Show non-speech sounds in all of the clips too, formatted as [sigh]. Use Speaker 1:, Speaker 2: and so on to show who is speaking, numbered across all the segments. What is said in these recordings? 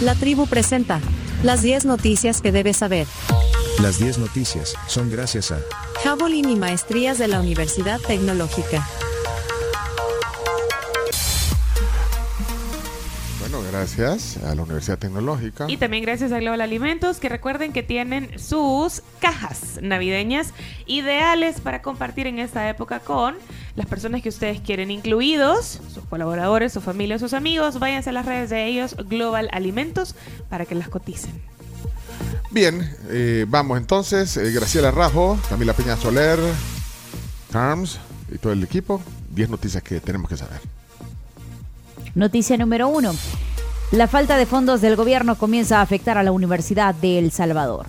Speaker 1: La tribu presenta las 10 noticias que debes saber.
Speaker 2: Las 10 noticias son gracias a
Speaker 1: Javelin y maestrías de la Universidad Tecnológica.
Speaker 3: Bueno, gracias a la Universidad Tecnológica.
Speaker 4: Y también gracias a Global Alimentos, que recuerden que tienen sus cajas navideñas ideales para compartir en esta época con las personas que ustedes quieren, incluidos sus colaboradores, sus familias, sus amigos. Váyanse a las redes de ellos, Global Alimentos, para que las coticen.
Speaker 3: Bien, eh, vamos entonces. eh, Graciela Rajo, Camila Peña Soler, Carms y todo el equipo. 10 noticias que tenemos que saber.
Speaker 5: Noticia número uno. La falta de fondos del gobierno comienza a afectar a la Universidad de El Salvador.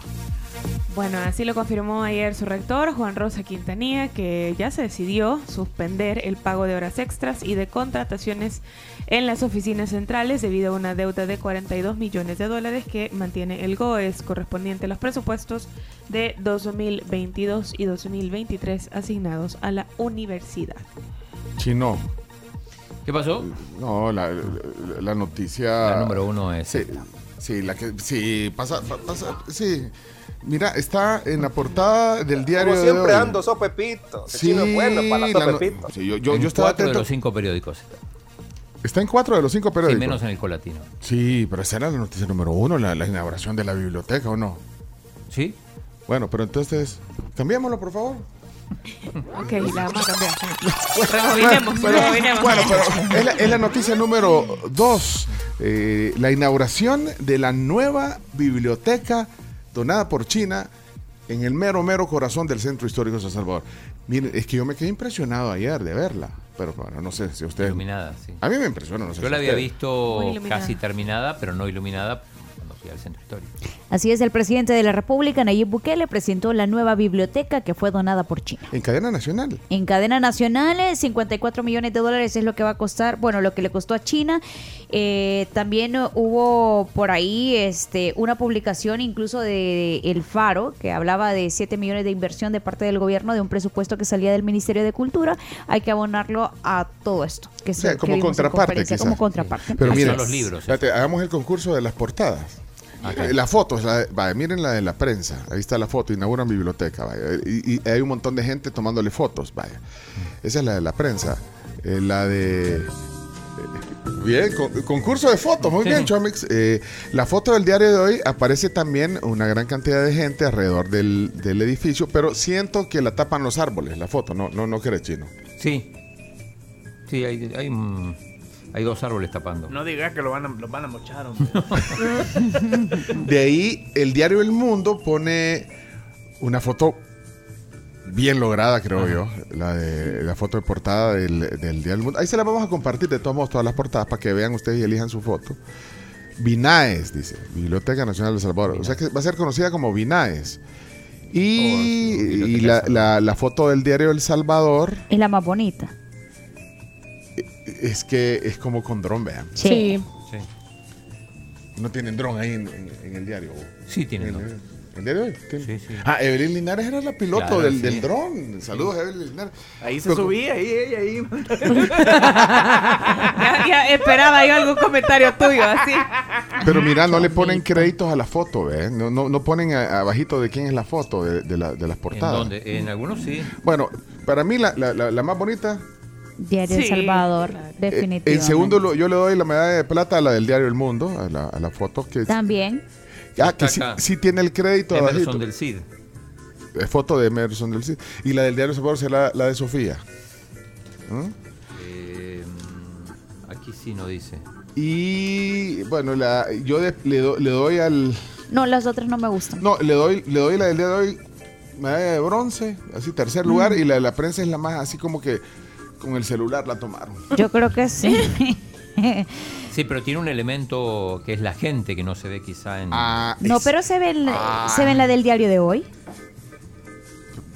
Speaker 4: Bueno, así lo confirmó ayer su rector, Juan Rosa Quintanilla, que ya se decidió suspender el pago de horas extras y de contrataciones en las oficinas centrales debido a una deuda de 42 millones de dólares que mantiene el GOES correspondiente a los presupuestos de 2022 y 2023 asignados a la universidad.
Speaker 3: Chino.
Speaker 6: ¿Qué pasó?
Speaker 3: No, la, la- la noticia.
Speaker 6: La número uno es
Speaker 3: Sí,
Speaker 6: esta.
Speaker 3: sí, la que. Sí, pasa, pa- pasa. Sí. Mira, está en la portada del diario.
Speaker 7: Como
Speaker 3: de
Speaker 7: siempre
Speaker 3: hoy.
Speaker 7: ando, sopepito.
Speaker 3: Sí,
Speaker 7: Sí, es bueno para la
Speaker 3: la no-
Speaker 7: sopepito.
Speaker 3: sí, yo, yo,
Speaker 6: En
Speaker 3: yo estaba
Speaker 6: cuatro de
Speaker 3: atento.
Speaker 6: los cinco periódicos.
Speaker 3: Está en cuatro de los cinco
Speaker 6: Y
Speaker 3: periódicos.
Speaker 6: menos en el colatino.
Speaker 3: Sí, pero esa era la noticia número uno, la, la inauguración de la biblioteca, ¿o no?
Speaker 6: ¿Sí?
Speaker 3: Bueno, pero entonces, cambiémoslo, por favor.
Speaker 4: [laughs] Ok, la vamos a cambiar.
Speaker 3: [laughs]
Speaker 4: Rebobinemos, rebobinemos.
Speaker 3: Bueno, pero es la, es la noticia número dos, eh, la inauguración de la nueva biblioteca donada por China en el mero, mero corazón del Centro Histórico de San Salvador. Miren, es que yo me quedé impresionado ayer de verla, pero bueno, no sé si ustedes...
Speaker 6: Iluminada, sí.
Speaker 3: A mí me impresiona, Ah, no sé
Speaker 6: Yo
Speaker 3: si
Speaker 6: la había
Speaker 3: ustedes.
Speaker 6: visto
Speaker 4: Muy iluminada.
Speaker 6: casi terminada, pero no iluminada cuando fui al centro histórico.
Speaker 5: Así es, el presidente de la República, Nayib Bukele, presentó la nueva biblioteca que fue donada por China.
Speaker 3: En cadena nacional.
Speaker 5: En cadena nacional, eh, 54 millones de dólares es lo que va a costar, bueno, lo que le costó a China. Eh, también eh, hubo por ahí este, una publicación incluso de El Faro, que hablaba de 7 millones de inversión de parte del gobierno, de un presupuesto que salía del Ministerio de Cultura. Hay que abonarlo a todo esto. Que
Speaker 3: O
Speaker 5: se-
Speaker 3: sea,
Speaker 5: que
Speaker 3: como
Speaker 5: vimos en
Speaker 3: contraparte.
Speaker 5: conferencia,
Speaker 3: quizás.
Speaker 5: Como contraparte.
Speaker 3: Pero
Speaker 6: Así
Speaker 3: miren,
Speaker 6: son los libros. ¿eh? Ah,
Speaker 3: espérate, hagamos el concurso de las portadas. Eh, Las fotos, la- vaya, miren la de la prensa. Ahí está la foto, inauguran biblioteca. vaya. Y, y hay un montón de gente tomándole fotos. Vaya. Esa es la de la prensa. Eh, la de. eh, Bien, con- concurso de fotos, muy bien, Chomix. Eh, la foto del diario de hoy aparece también una gran cantidad de gente alrededor del, del edificio, pero siento que la tapan los árboles, la foto, no, no, no crees chino.
Speaker 6: Sí. Sí, hay, hay, un- hay dos árboles tapando.
Speaker 8: No digas que lo van a, lo van a mochar, hombre.
Speaker 3: De ahí el diario El Mundo pone una foto bien lograda, creo yo. La de la foto de portada del, del diario El Mundo. Ahí se la vamos a compartir de todos modos todas las portadas para que vean ustedes y elijan su foto. Binaes, dice, Biblioteca Nacional de El Salvador. O sea que va a ser conocida como Binaes.
Speaker 6: Oh,
Speaker 3: Y,
Speaker 6: sí, Biblioteca
Speaker 3: y
Speaker 6: del
Speaker 3: la,
Speaker 6: Salvador.
Speaker 3: la- la foto del diario El Salvador
Speaker 5: Es la más bonita.
Speaker 3: es que es como con dron, vean.
Speaker 5: Sí.
Speaker 6: Sí.
Speaker 3: No tienen dron ahí en, en- en el diario.
Speaker 6: Sí, tienen
Speaker 3: En
Speaker 6: dron.
Speaker 3: el- ¿El diario de hoy? Tiene-
Speaker 6: Sí, sí.
Speaker 3: Ah, Evelyn Linares era la piloto
Speaker 6: Claro,
Speaker 3: del,
Speaker 6: sí.
Speaker 3: del dron. Saludos, Evelyn Linares.
Speaker 8: Ahí se
Speaker 3: Pero-
Speaker 8: subía, ahí, ahí, ahí.
Speaker 4: Ya, ya esperaba yo algún comentario tuyo, así.
Speaker 3: Pero mira, no le ponen créditos a la foto, ¿ves? No, no, no ponen a- abajito de quién es la foto de, de la- de las
Speaker 6: ¿En
Speaker 3: portadas.
Speaker 6: dónde? En algunos sí.
Speaker 3: Bueno, para mí la, la- la- la más bonita.
Speaker 5: Diario El
Speaker 4: Sí,
Speaker 5: Salvador,
Speaker 4: claro.
Speaker 3: eh,
Speaker 5: definitivamente.
Speaker 3: en segundo, lo- yo le doy la medalla de plata a la del diario El Mundo, a la, a la foto que,
Speaker 5: También.
Speaker 3: ah, que
Speaker 6: Está
Speaker 3: sí,
Speaker 6: acá.
Speaker 3: sí tiene el crédito abajito.
Speaker 6: Emerson del Cid.
Speaker 3: Eh, foto de Emerson del Cid. Y la del diario El Salvador será la de Sofía. ¿Mm?
Speaker 6: Eh, mm, aquí sí no dice.
Speaker 3: Y bueno, la, yo de- le, do- le doy al,
Speaker 5: No, las otras no me gustan.
Speaker 3: No, le doy, le doy la del día de hoy medalla de bronce, así tercer lugar, y la de la prensa es la más así como que con el celular la tomaron.
Speaker 5: Yo creo que sí.
Speaker 3: [laughs]
Speaker 6: Sí, pero tiene un elemento que es la gente que no se ve quizá en...
Speaker 3: Ah,
Speaker 5: No,
Speaker 3: es-
Speaker 5: pero se ve, en- se ve
Speaker 9: "Ah".
Speaker 5: en la del diario de hoy.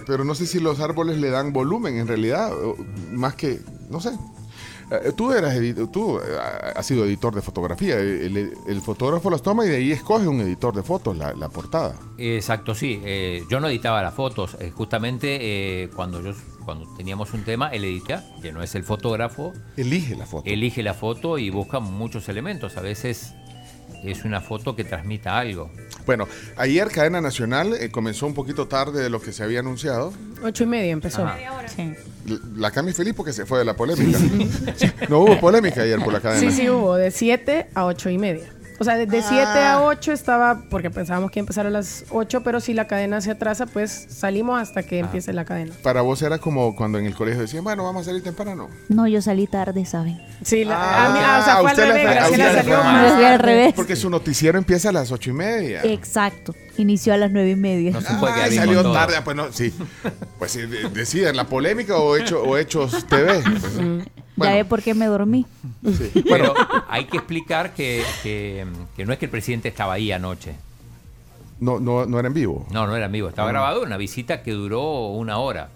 Speaker 3: pero no sé si los árboles le dan volumen en realidad, o- más que, no sé. Eh, Tú eras edi- tú eh, has sido editor de fotografía. El, el- el fotógrafo las toma y de ahí escoge un editor de fotos la, la portada.
Speaker 6: Exacto, sí. Eh, yo no editaba las fotos. Eh, justamente eh, cuando yo cuando teníamos un tema, él edita, que no es el fotógrafo,
Speaker 3: Elige la foto.
Speaker 6: elige la foto y busca muchos elementos. A veces es una foto que transmita algo.
Speaker 3: Bueno, ayer Cadena Nacional eh, comenzó un poquito tarde de lo que se había anunciado.
Speaker 7: Ocho y media empezó.
Speaker 6: Ajá.
Speaker 5: Sí.
Speaker 3: L- La Cami feliz porque se fue de la polémica. [laughs] No hubo polémica ayer por la cadena.
Speaker 7: Sí, sí hubo, de 7 a 8 y media. O sea, de-
Speaker 4: Ah.
Speaker 7: de 7 a 8 estaba, porque pensábamos que empezara a las 8, pero si la cadena se atrasa, pues salimos hasta que empiece la cadena.
Speaker 3: Para vos era como cuando en el colegio decían, bueno, vamos a salir temprano.
Speaker 5: No, yo salí tarde, ¿saben?
Speaker 7: Sí, la,
Speaker 3: Ah,
Speaker 7: a mí- ah, o sea,
Speaker 3: a
Speaker 7: fue al
Speaker 3: usted le
Speaker 7: revés,
Speaker 3: fue- a
Speaker 7: Graciela
Speaker 3: usted le
Speaker 7: salió
Speaker 3: fue
Speaker 7: más
Speaker 5: mal. Yo fui al
Speaker 7: tarde.
Speaker 5: revés.
Speaker 3: Porque su noticiero empieza a las ocho y media.
Speaker 5: Exacto. Inició a las nueve y media.
Speaker 6: No se puede
Speaker 3: Ah,
Speaker 6: quedar bien
Speaker 3: salió
Speaker 6: con todo.
Speaker 3: tarde, ah, pues no, sí. Pues sí, de- decidan, la polémica o, hecho, o hechos TV. Pues,
Speaker 7: [laughs]
Speaker 5: Ya ve
Speaker 3: bueno,
Speaker 5: por qué me dormí.
Speaker 6: Pero hay que explicar que, que- que no es que el presidente estaba ahí anoche.
Speaker 3: no, no, no era en vivo.
Speaker 6: No, no era amigo. Estaba grabado una visita que duró una hora.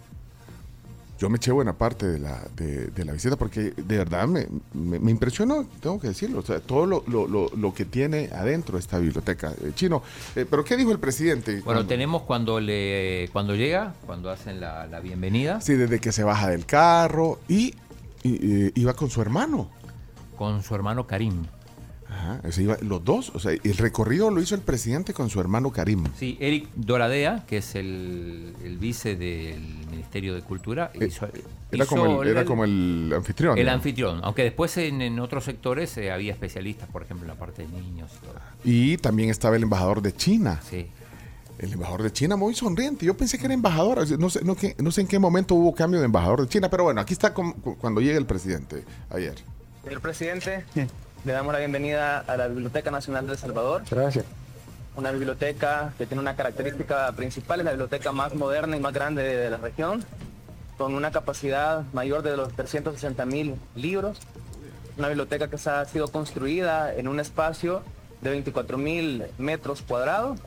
Speaker 3: Yo me eché buena parte de la, de, de la visita porque de verdad me, me, me impresionó, tengo que decirlo. O sea, todo lo, lo, lo, lo que tiene adentro esta biblioteca. Eh, chino, eh, ¿pero qué dijo el presidente?
Speaker 6: Bueno,
Speaker 3: cuando-
Speaker 6: tenemos cuando le cuando llega, cuando hacen la, la bienvenida,
Speaker 3: Sí, desde que se baja del carro y, y, eh, iba con su hermano.
Speaker 6: con su hermano Karim.
Speaker 3: Ajá, o sea, iba- los dos, o sea, el recorrido lo hizo el presidente con su hermano Karim.
Speaker 6: Sí, Eric Doradea, que es el, el vice del Ministerio de Cultura,
Speaker 3: Eh,
Speaker 6: hizo-
Speaker 3: Era,
Speaker 6: hizo
Speaker 3: como el, era
Speaker 6: el-
Speaker 3: como el anfitrión.
Speaker 6: el
Speaker 3: ¿no?
Speaker 6: anfitrión, aunque después en, en otros sectores eh, había especialistas, por ejemplo, en la parte de niños. y todo.
Speaker 3: Y también estaba el embajador de China.
Speaker 6: Sí.
Speaker 3: El embajador de China muy sonriente. Yo pensé que era embajador. O sea, No sé, no, que- no sé en qué momento hubo cambio de embajador de China, pero bueno, aquí está con- cu- cuando llega el presidente ayer.
Speaker 10: Señor presidente, le damos la bienvenida a la Biblioteca Nacional de El Salvador. Gracias. Una biblioteca que tiene una característica principal, es la biblioteca más moderna y más grande de, de la región, con una capacidad mayor de los 360 mil libros. Una biblioteca que se ha sido construida en un espacio de 24 mil metros cuadrados.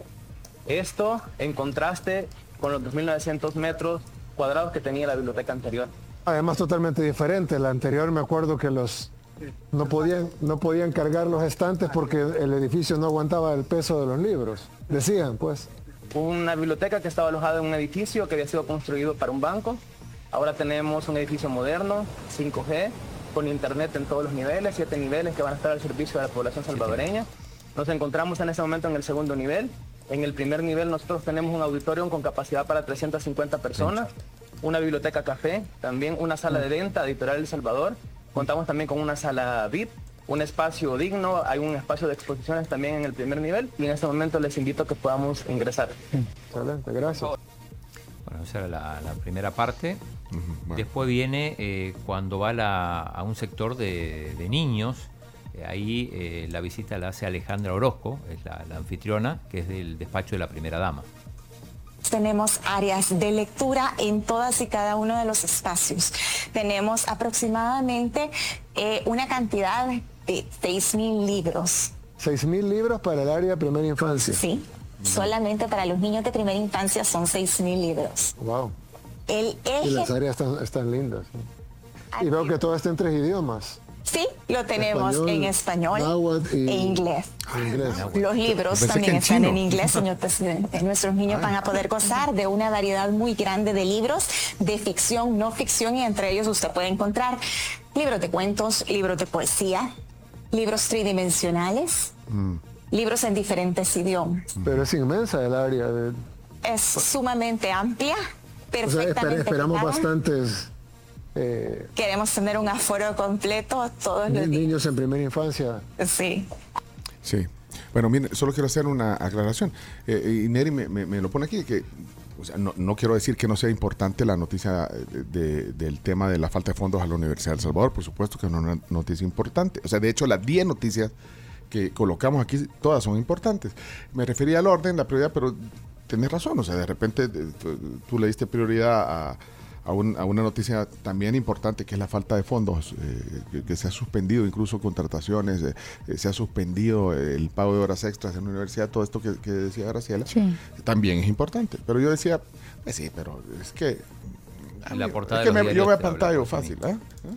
Speaker 10: Esto en contraste con los 2.900 metros cuadrados que tenía la biblioteca anterior.
Speaker 9: Además totalmente diferente. La anterior me acuerdo que los no podían, no podían cargar los estantes porque el edificio no aguantaba el peso de los libros. Decían, pues.
Speaker 10: una biblioteca que estaba alojada en un edificio que había sido construido para un banco. Ahora tenemos un edificio moderno, 5G, con internet en todos los niveles, siete niveles que van a estar al servicio de la población salvadoreña. Nos encontramos en este momento en el segundo nivel. En el primer nivel nosotros tenemos un auditorium con capacidad para 350 personas, una biblioteca café, también una sala de venta de Editorial El Salvador. Contamos también con una sala VIP, un espacio digno, hay un espacio de exposiciones también en el primer nivel y en este momento les invito a que podamos ingresar.
Speaker 9: Excelente, gracias.
Speaker 6: Bueno, esa era la, la primera parte.
Speaker 3: Ujú, bueno.
Speaker 6: Después viene eh, cuando va la- a un sector de, de niños. eh, ahí eh, la visita la hace Alejandra Orozco, es la, la anfitriona, que es del despacho de la primera dama.
Speaker 11: Tenemos áreas de lectura en todas y cada uno de los espacios. Tenemos aproximadamente eh, una cantidad de 6.000 libros,
Speaker 9: 6.000 libros para el área de primera infancia.
Speaker 11: ¿sí? Solamente para los niños de primera infancia son 6.000 libros.
Speaker 9: Wow.
Speaker 11: El
Speaker 9: Y las
Speaker 11: eje...
Speaker 9: áreas están, están lindas. Y veo que todo está en tres idiomas.
Speaker 11: Sí, lo tenemos en español
Speaker 9: náhuatl y-
Speaker 11: e inglés.
Speaker 9: Inglés.
Speaker 11: Los libros
Speaker 3: Pensé que
Speaker 11: también
Speaker 3: en
Speaker 11: están
Speaker 3: chino.
Speaker 11: en inglés, señor presidente. Nuestros niños van a poder gozar de una variedad muy grande de libros, de ficción, no ficción, y entre ellos usted puede encontrar libros de cuentos, libros de poesía, libros tridimensionales,
Speaker 9: Mm.
Speaker 11: libros en diferentes idiomas.
Speaker 9: Pero es inmensa el área. de-
Speaker 11: Es sumamente amplia,
Speaker 9: o sea, esper-
Speaker 11: perfectamente
Speaker 9: esperamos
Speaker 11: equipada.
Speaker 9: bastantes eh,
Speaker 11: Queremos tener un aforo completo todos
Speaker 9: ni-
Speaker 11: los días.
Speaker 9: niños en primera infancia.
Speaker 11: Sí.
Speaker 3: Sí. Bueno, mire, solo quiero hacer una aclaración. Eh, y Neri me, me- me lo pone aquí, que o sea, no, no quiero decir que no sea importante la noticia de- de- del tema de la falta de fondos a la Universidad del Salvador, por supuesto que es una noticia importante. O sea, de hecho, las 10 noticias que colocamos aquí, todas son importantes. Me refería al orden, la prioridad, pero tenés razón, o sea, de repente de- tú, tú le diste prioridad a, a un- a una noticia también importante que es la falta de fondos, eh, que, que se ha suspendido incluso contrataciones, eh, eh, se ha suspendido el pago de horas extras en la universidad, todo esto que, que decía Graciela,
Speaker 5: Sí.
Speaker 3: también es importante. Pero yo decía, pues sí, pero es que...
Speaker 6: La portada
Speaker 3: es que
Speaker 6: de los
Speaker 3: me-
Speaker 6: diarios
Speaker 3: yo me
Speaker 6: te habla
Speaker 3: apantallo
Speaker 6: por sí
Speaker 3: fácil, ¿eh? ¿Eh?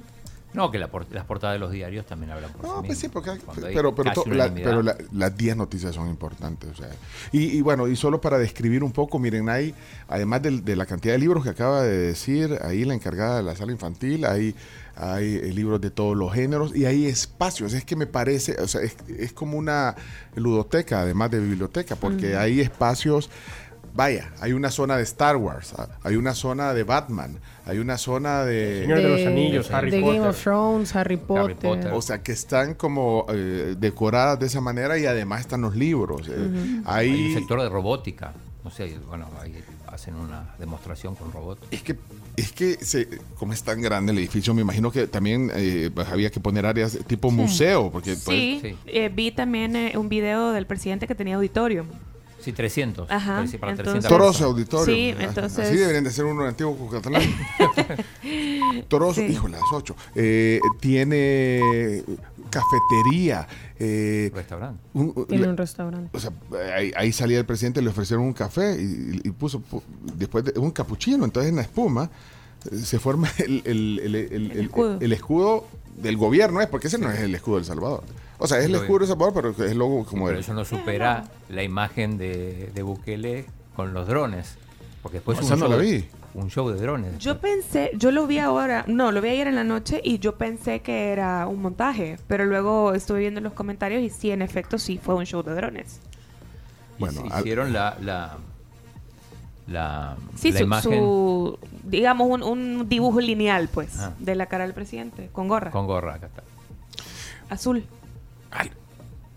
Speaker 6: No, que la por- las portadas de los diarios también hablan por
Speaker 3: No,
Speaker 6: sí
Speaker 3: pues sí,
Speaker 6: mismas.
Speaker 3: porque hay-
Speaker 6: Cuando hay
Speaker 3: pero, pero,
Speaker 6: casi
Speaker 3: to- la-
Speaker 6: unanimidad.
Speaker 3: pero la- las 10 noticias son importantes. o sea. y, y bueno, y solo para describir un poco, miren, hay, además del- de, la cantidad de libros que acaba de decir, ahí la encargada de la sala infantil, hay, hay eh, libros de todos los géneros y hay espacios. Es que me parece, o sea, es, es como una ludoteca, además de biblioteca, porque
Speaker 12: Ujú.
Speaker 3: hay espacios Vaya, hay una zona de Star Wars, ah, hay una zona de Batman, hay una zona de...
Speaker 7: Señor de los De- Anillos, Harry de Game Potter. of Thrones, Harry Potter. Potter.
Speaker 3: O sea, que están como eh, decoradas de esa manera y además están los libros. eh.
Speaker 6: Ujú.
Speaker 3: Hay-
Speaker 6: Hay un sector de robótica. No sé, bueno, ahí hacen una demostración con robots.
Speaker 3: Es que, es que se- como es tan grande el edificio, me imagino que también eh, pues, había que poner áreas tipo museo, porque pues,
Speaker 4: Sí, eh, vi también eh, un video del presidente que tenía auditorio.
Speaker 6: Sí, 300.
Speaker 4: Ajá,
Speaker 6: parece para
Speaker 4: entonces-
Speaker 6: 300
Speaker 3: Trozo
Speaker 6: personas.
Speaker 3: auditorio.
Speaker 4: Sí,
Speaker 3: Ah,
Speaker 4: entonces-
Speaker 3: Así deberían de ser uno en antiguo Cucatlán. Trozo, híjole, las ocho. Eh, tiene cafetería. eh,
Speaker 6: Restaurante.
Speaker 3: un-
Speaker 7: Tiene
Speaker 3: le-
Speaker 7: un restaurante.
Speaker 3: o sea, ahí, ahí salía el presidente, le ofrecieron un café y, y puso pu- después de, un capuchino. Entonces en la espuma eh, se forma [laughs] el, el- el- el- el- el escudo del gobierno, es porque ese no es el escudo del Salvador. O sea, es el
Speaker 6: Lo
Speaker 3: escudo del Salvador, pero es el logo como
Speaker 6: Pero
Speaker 3: el.
Speaker 6: eso no supera la imagen de, de Bukele con los drones. Porque después
Speaker 3: No,
Speaker 6: hubo
Speaker 3: esa
Speaker 6: un
Speaker 3: no
Speaker 6: show,
Speaker 3: la
Speaker 6: de-
Speaker 3: vi.
Speaker 6: un show de drones.
Speaker 4: Yo pensé, yo lo vi ahora, no, lo vi ayer en la noche y yo pensé que era un montaje, pero luego estuve viendo los comentarios y sí, en efecto, sí fue un show de drones.
Speaker 6: Bueno, hicieron la, la, la,
Speaker 4: Sí,
Speaker 6: la
Speaker 4: su,
Speaker 6: imagen
Speaker 4: su- digamos, un, un dibujo lineal, pues,
Speaker 6: Ah.
Speaker 4: de la cara del presidente, con gorra,
Speaker 6: con gorra. Acá está.
Speaker 4: azul.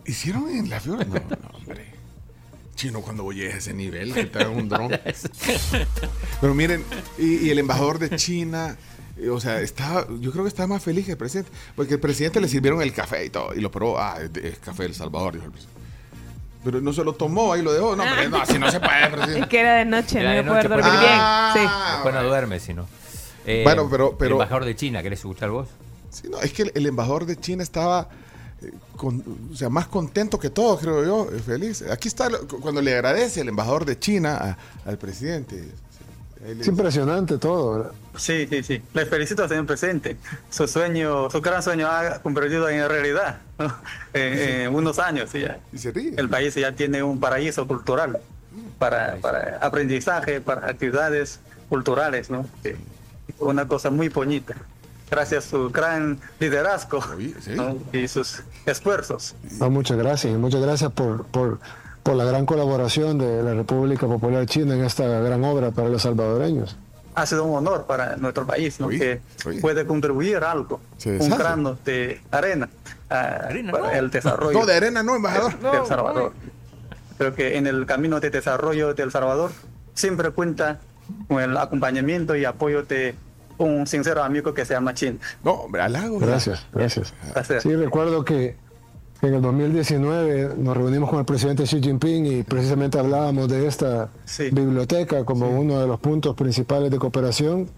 Speaker 3: ¿Hicieron en la fibra? No, no, hombre. Chino, cuando voy a ese nivel, que te hagan un dron. Pero miren, y, y el embajador de China, eh, o sea, estaba, yo creo que estaba más feliz que el presidente, porque el presidente le sirvieron el café y todo, y lo probó, ah, es, de- es café del Salvador, dijo el presidente. Pero no se lo tomó, ahí lo dejó, no, hombre, no, así no se puede,
Speaker 4: Es
Speaker 3: presidente.
Speaker 4: que era de noche,
Speaker 6: Era
Speaker 4: no
Speaker 6: de
Speaker 4: iba a poder
Speaker 6: noche,
Speaker 4: dormir
Speaker 6: pues.
Speaker 4: bien.
Speaker 6: Ah,
Speaker 4: sí.
Speaker 6: Después no duerme, si no. Eh,
Speaker 3: Bueno, pero-
Speaker 6: El
Speaker 3: pero-
Speaker 6: embajador de China, ¿querés escuchar vos?
Speaker 3: Sí, no, es que el, el embajador de China estaba... eh, con- o sea, más contento que todo, creo yo, eh, feliz. Aquí está lo- cu- cuando le agradece el embajador de China a- al presidente. Ahí le-
Speaker 9: Es impresionante todo, ¿verdad?
Speaker 8: Sí, sí, sí. Les felicito a señor [laughs] presidente. Su sueño, su gran sueño ha convertido en realidad ¿no? en, en unos años. y ya. El país ya tiene un paraíso cultural para, para aprendizaje, para actividades culturales, ¿no? Que- Una cosa muy bonita. Gracias a su gran liderazgo ¿no? y sus esfuerzos.
Speaker 9: No, muchas gracias y muchas gracias por, por, por la gran colaboración de la República Popular China en esta gran obra para los salvadoreños.
Speaker 8: ha sido un honor para nuestro país, ¿no? que puede contribuir algo,
Speaker 9: Se
Speaker 8: un
Speaker 9: deshace.
Speaker 8: grano de arena, a- este, ah, para el desarrollo.
Speaker 3: No, de arena [laughs] no, embajador.
Speaker 8: de- del Salvador. Creo que en el camino de desarrollo del Salvador siempre cuenta con el acompañamiento y apoyo de un sincero amigo que se llama Chin.
Speaker 3: No, hombre, halago.
Speaker 9: Gracias, gracias. Sí, recuerdo que en el 2019 nos reunimos con el presidente Xi Jinping y precisamente hablábamos de esta biblioteca como uno de los puntos principales de cooperación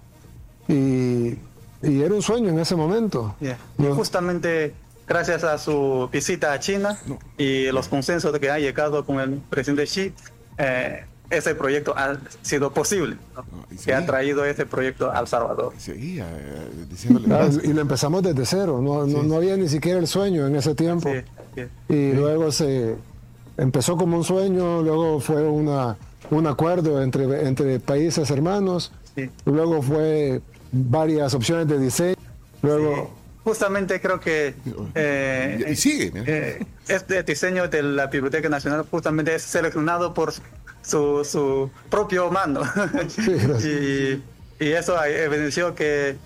Speaker 9: y, y era un sueño en ese momento.
Speaker 8: Yeah. Y justamente gracias a su visita a China y los consensos de que ha llegado con el presidente Xi, eh, ese proyecto ha sido posible, ¿no? que ha traído ese proyecto al Salvador.
Speaker 3: Seguía eh, diciéndole
Speaker 9: Ah,
Speaker 3: gracias.
Speaker 9: y lo empezamos desde cero, no, no, no había ni siquiera el sueño en ese tiempo. Y luego se empezó como un sueño, luego fue una, un acuerdo entre, entre países hermanos, luego fue varias opciones de diseño, luego
Speaker 8: Justamente creo que eh, eh, este diseño de la Biblioteca Nacional justamente es seleccionado por su, su propio mando. [laughs] y, y eso evidenció que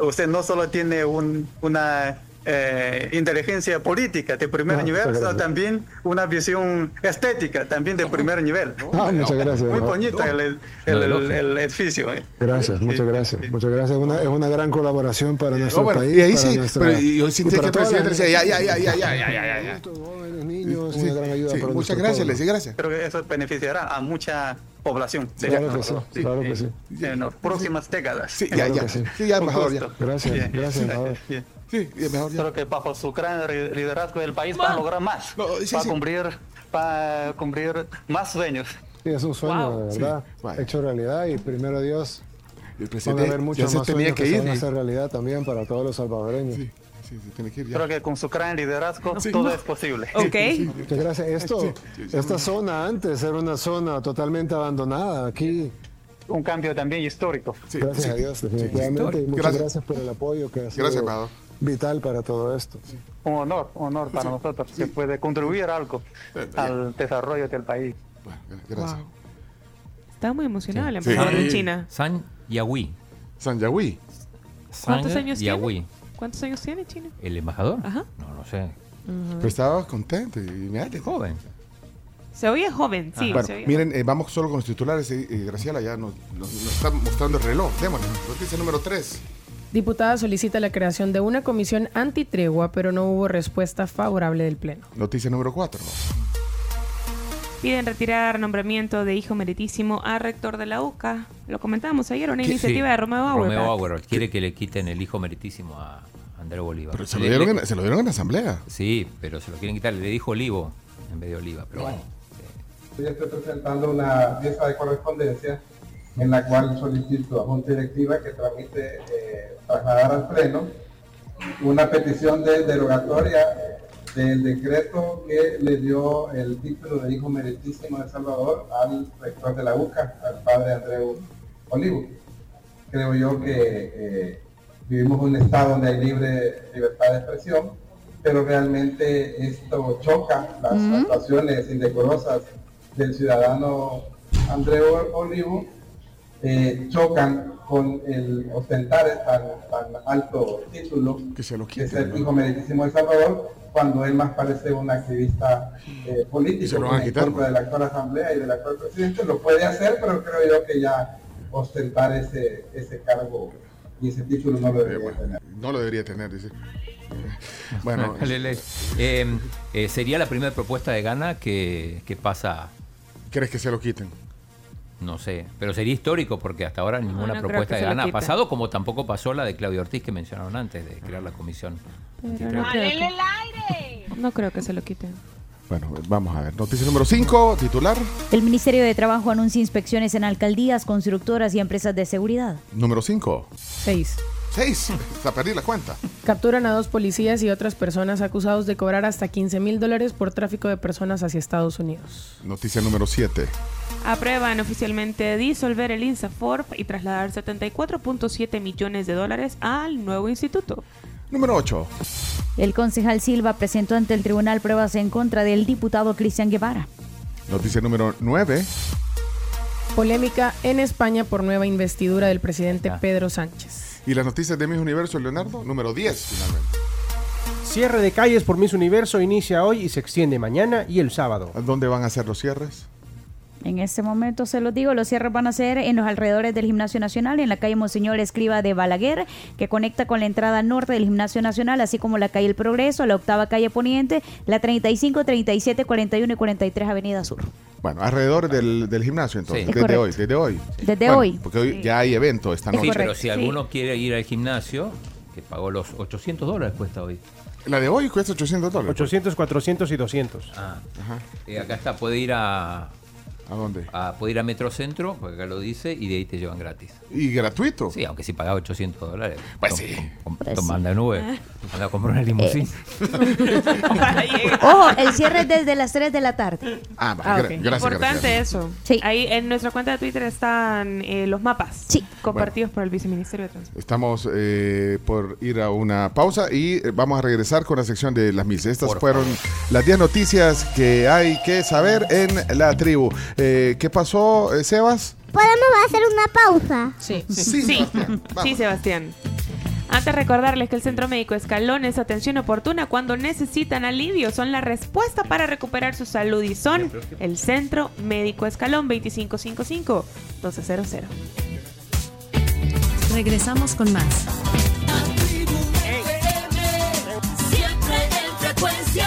Speaker 8: uh, usted no solo tiene un- una eh, inteligencia política de primer
Speaker 9: Ah,
Speaker 8: nivel,
Speaker 9: muchas
Speaker 8: sino
Speaker 9: gracias.
Speaker 8: también una visión estética también de primer nivel.
Speaker 9: Ah, muchas gracias.
Speaker 8: Muy
Speaker 9: No.
Speaker 8: bonito el, el-
Speaker 9: No,
Speaker 8: el-
Speaker 9: elogio.
Speaker 8: el edificio. eh.
Speaker 9: Gracias, muchas gracias, muchas gracias. Una- es una gran colaboración para nuestro
Speaker 3: bueno,
Speaker 9: país.
Speaker 3: y ahí
Speaker 9: para
Speaker 3: sí,
Speaker 9: nuestra- ¿eh?
Speaker 3: pero y hoy sí que
Speaker 9: para
Speaker 3: el
Speaker 9: toda la
Speaker 3: presidente decía, ya, ya, ya,
Speaker 9: gente.
Speaker 3: ya, ya, ya, ya, ya.
Speaker 9: niños,
Speaker 3: Sí,
Speaker 9: una gran ayuda
Speaker 3: sí,
Speaker 9: para
Speaker 3: muchas
Speaker 9: nuestro
Speaker 3: gracias,
Speaker 9: pueblo.
Speaker 3: le decía gracias.
Speaker 8: Creo que eso beneficiará a mucha población. de
Speaker 9: Claro
Speaker 8: Ecuador,
Speaker 9: que sí,
Speaker 8: sí,
Speaker 9: claro
Speaker 8: en-
Speaker 9: que sí.
Speaker 8: En las próximas décadas.
Speaker 9: Claro que sí.
Speaker 8: Con gusto.
Speaker 9: Gracias,
Speaker 8: Bien.
Speaker 9: gracias, embajador.
Speaker 8: Bien.
Speaker 3: ya.
Speaker 8: Creo que bajo su gran ri- liderazgo el país va a lograr más.
Speaker 9: sí,
Speaker 8: va, a
Speaker 9: sí.
Speaker 8: cumplir, va a cumplir más sueños.
Speaker 9: Sí, es un sueño,
Speaker 8: Wow.
Speaker 9: de verdad, hecho realidad y primero Dios
Speaker 3: El
Speaker 9: Van a
Speaker 3: presidente
Speaker 9: haber
Speaker 3: ya
Speaker 9: muchos
Speaker 3: se
Speaker 9: más
Speaker 3: tenía
Speaker 9: sueños
Speaker 3: que,
Speaker 9: que, se
Speaker 3: ir.
Speaker 9: van a
Speaker 3: eh.
Speaker 9: hacer realidad también para todos los salvadoreños.
Speaker 3: Sí, se tiene que ir ya.
Speaker 8: Creo que con su gran liderazgo
Speaker 3: Sí.
Speaker 8: todo es posible.
Speaker 9: Muchas gracias. Esto, esta zona antes era una zona totalmente abandonada. Aquí.
Speaker 8: Un cambio también histórico.
Speaker 9: gracias
Speaker 8: sí.
Speaker 9: a Dios,
Speaker 8: Sí,
Speaker 9: definitivamente.
Speaker 8: histórico.
Speaker 9: y muchas
Speaker 8: Gracias.
Speaker 9: gracias. por el apoyo que ha sido
Speaker 8: Gracias, Amado.
Speaker 9: vital para todo esto.
Speaker 8: Un honor, un honor para nosotros que puede contribuir algo al desarrollo del país.
Speaker 3: Gracias.
Speaker 4: Wow. Estaba muy emocionada la
Speaker 6: Sí.
Speaker 4: embajadora
Speaker 6: Sí.
Speaker 4: de China.
Speaker 6: San Yagüí.
Speaker 3: San Yagüí.
Speaker 4: ¿Cuántos años
Speaker 6: Yagüí.
Speaker 4: tiene? ¿Cuántos años tiene China?
Speaker 6: ¿El embajador?
Speaker 4: Ajá.
Speaker 6: No, no sé.
Speaker 3: Pero estaba contento y mirate.
Speaker 6: Joven.
Speaker 4: Se oye joven, sí.
Speaker 3: bueno,
Speaker 4: se oye
Speaker 3: miren, eh, vamos solo con los titulares. eh, eh, Graciela ya nos, nos- nos está mostrando el reloj. Démosle. Noticia número 3.
Speaker 7: Diputada solicita la creación de una comisión antitregua, pero no hubo respuesta favorable del Pleno.
Speaker 3: Noticia número 4.
Speaker 4: Piden retirar nombramiento de hijo meritísimo a rector de la UCA. Lo comentábamos ayer, una
Speaker 6: Sí,
Speaker 4: iniciativa
Speaker 6: sí.
Speaker 4: de Romeo Auer.
Speaker 6: Romeo
Speaker 4: ¿verdad?
Speaker 6: Auer quiere que le quiten el hijo meritísimo a Andrés Bolívar.
Speaker 3: Pero se lo,
Speaker 6: Le-
Speaker 3: dieron
Speaker 6: le-
Speaker 3: en, se lo dieron en asamblea.
Speaker 6: Sí, pero se lo quieren quitar. Le dijo Olivo en vez de Oliva. Pero bueno.
Speaker 12: Yo estoy presentando una pieza de correspondencia en la cual solicito a Junta Directiva que tramite eh, trasladar al Pleno una petición de derogatoria eh, del decreto que le dio el título de hijo meritísimo de Salvador al rector de la UCA, al padre Andreu Olivo. Creo yo que eh, vivimos un estado donde hay libre libertad de expresión, pero realmente esto choca las actuaciones indecorosas del ciudadano Andreu Olivo eh, chocan con el ostentar tan, tan alto título
Speaker 3: que se lo
Speaker 12: de ser hijo meritísimo de Salvador cuando él más parece un activista eh,
Speaker 3: Y se
Speaker 12: político
Speaker 3: lo van a
Speaker 12: en
Speaker 3: quitar, pues.
Speaker 12: contra de la actual asamblea y del actual presidente lo puede hacer pero creo yo que ya ostentar ese ese cargo y ese título no lo debería tener
Speaker 3: Eh, No lo debería tener,
Speaker 4: [laughs]
Speaker 3: dice. Bueno,
Speaker 6: Le- le- eh, eh, sería la primera propuesta de Gana que, que pasa.
Speaker 3: ¿Crees que se lo quiten?
Speaker 6: No sé, pero sería histórico porque hasta ahora
Speaker 4: no
Speaker 6: ninguna
Speaker 4: creo
Speaker 6: propuesta
Speaker 4: que
Speaker 6: de
Speaker 4: se lo
Speaker 6: Gana ha
Speaker 4: quiten.
Speaker 6: pasado, como tampoco pasó la de Claudio Ortiz que mencionaron antes de crear la comisión.
Speaker 4: Pero no, creo que, no creo que se lo quiten.
Speaker 3: Bueno, eh, vamos a ver. Noticia número 5, titular.
Speaker 5: El Ministerio de Trabajo anuncia inspecciones en alcaldías, constructoras y empresas de seguridad.
Speaker 3: Número 5.
Speaker 7: 6.
Speaker 3: [laughs] 6. Hasta perdí la cuenta.
Speaker 7: Capturan a dos policías y otras personas acusados de cobrar hasta 15 mil dólares por tráfico de personas hacia Estados Unidos.
Speaker 3: Noticia número 7.
Speaker 4: Aprueban oficialmente disolver el INSAFORP y trasladar 74.7 millones de dólares al nuevo instituto. [laughs]
Speaker 3: Número 8.
Speaker 5: El concejal Silva presentó ante el tribunal pruebas en contra del diputado Cristian Guevara.
Speaker 3: Noticia número 9.
Speaker 7: Polémica en España por nueva investidura del presidente Pedro Sánchez.
Speaker 3: Y las noticias de Mis Universo, Leonardo. Número 10, finalmente.
Speaker 13: Cierre de calles por Miss Universo inicia hoy y se extiende mañana y el sábado.
Speaker 3: ¿Dónde van a ser los cierres?
Speaker 5: En este momento se los digo, los cierres van a ser en los alrededores del Gimnasio Nacional, en la calle Monseñor Escriba de Balaguer, que conecta con la entrada norte del Gimnasio Nacional, así como la calle El Progreso, la octava calle Poniente, la 35, 37, 41 y 43 Avenida Sur.
Speaker 3: Bueno, alrededor del, del gimnasio, entonces.
Speaker 6: Sí. Es
Speaker 3: Desde
Speaker 5: correcto.
Speaker 3: hoy, desde hoy.
Speaker 5: Desde
Speaker 3: Bueno,
Speaker 5: hoy.
Speaker 3: Porque hoy ya hay evento esta
Speaker 6: Sí,
Speaker 3: noche.
Speaker 6: pero si alguno quiere ir al gimnasio, que pagó los 800 dólares cuesta hoy.
Speaker 3: La de hoy cuesta 800 dólares.
Speaker 13: 800, 400 y 200.
Speaker 6: Ah, Eh, acá está, puede ir a.
Speaker 3: ¿A dónde?
Speaker 6: puede ir a Metrocentro, porque acá lo dice, y de ahí te llevan gratis.
Speaker 3: ¿Y gratuito?
Speaker 6: Sí, aunque si pagaba 800 dólares.
Speaker 3: Pues
Speaker 6: Com-
Speaker 3: sí.
Speaker 6: com-
Speaker 3: Pues
Speaker 6: toma,
Speaker 3: sí. Eh,
Speaker 6: anda en Uber, anda a comprar una limusina.
Speaker 5: Ojo, el cierre es desde las 3 de la tarde.
Speaker 3: Ah,
Speaker 5: va, gra-
Speaker 4: ok.
Speaker 5: gracias,
Speaker 4: Importante
Speaker 5: gracias.
Speaker 4: eso. Ahí en nuestra cuenta de Twitter están eh, los mapas compartidos por el viceministerio de Transporte.
Speaker 3: Estamos eh, por ir a una pausa y eh, vamos a regresar con la sección de las mil. Estas fueron las 10 noticias que hay que saber en la tribu. Eh, ¿Qué pasó, eh, Sebas?
Speaker 14: ¿Podemos hacer una pausa?
Speaker 7: Sí.
Speaker 3: Sí, Sebastián.
Speaker 4: [laughs] Sí, Sebastián. Antes recordarles que el Centro Médico Escalón es atención oportuna cuando necesitan alivio. Son la respuesta para recuperar su salud y son el Centro Médico Escalón 2555-1200.
Speaker 1: Regresamos con más.
Speaker 15: Siempre en frecuencia.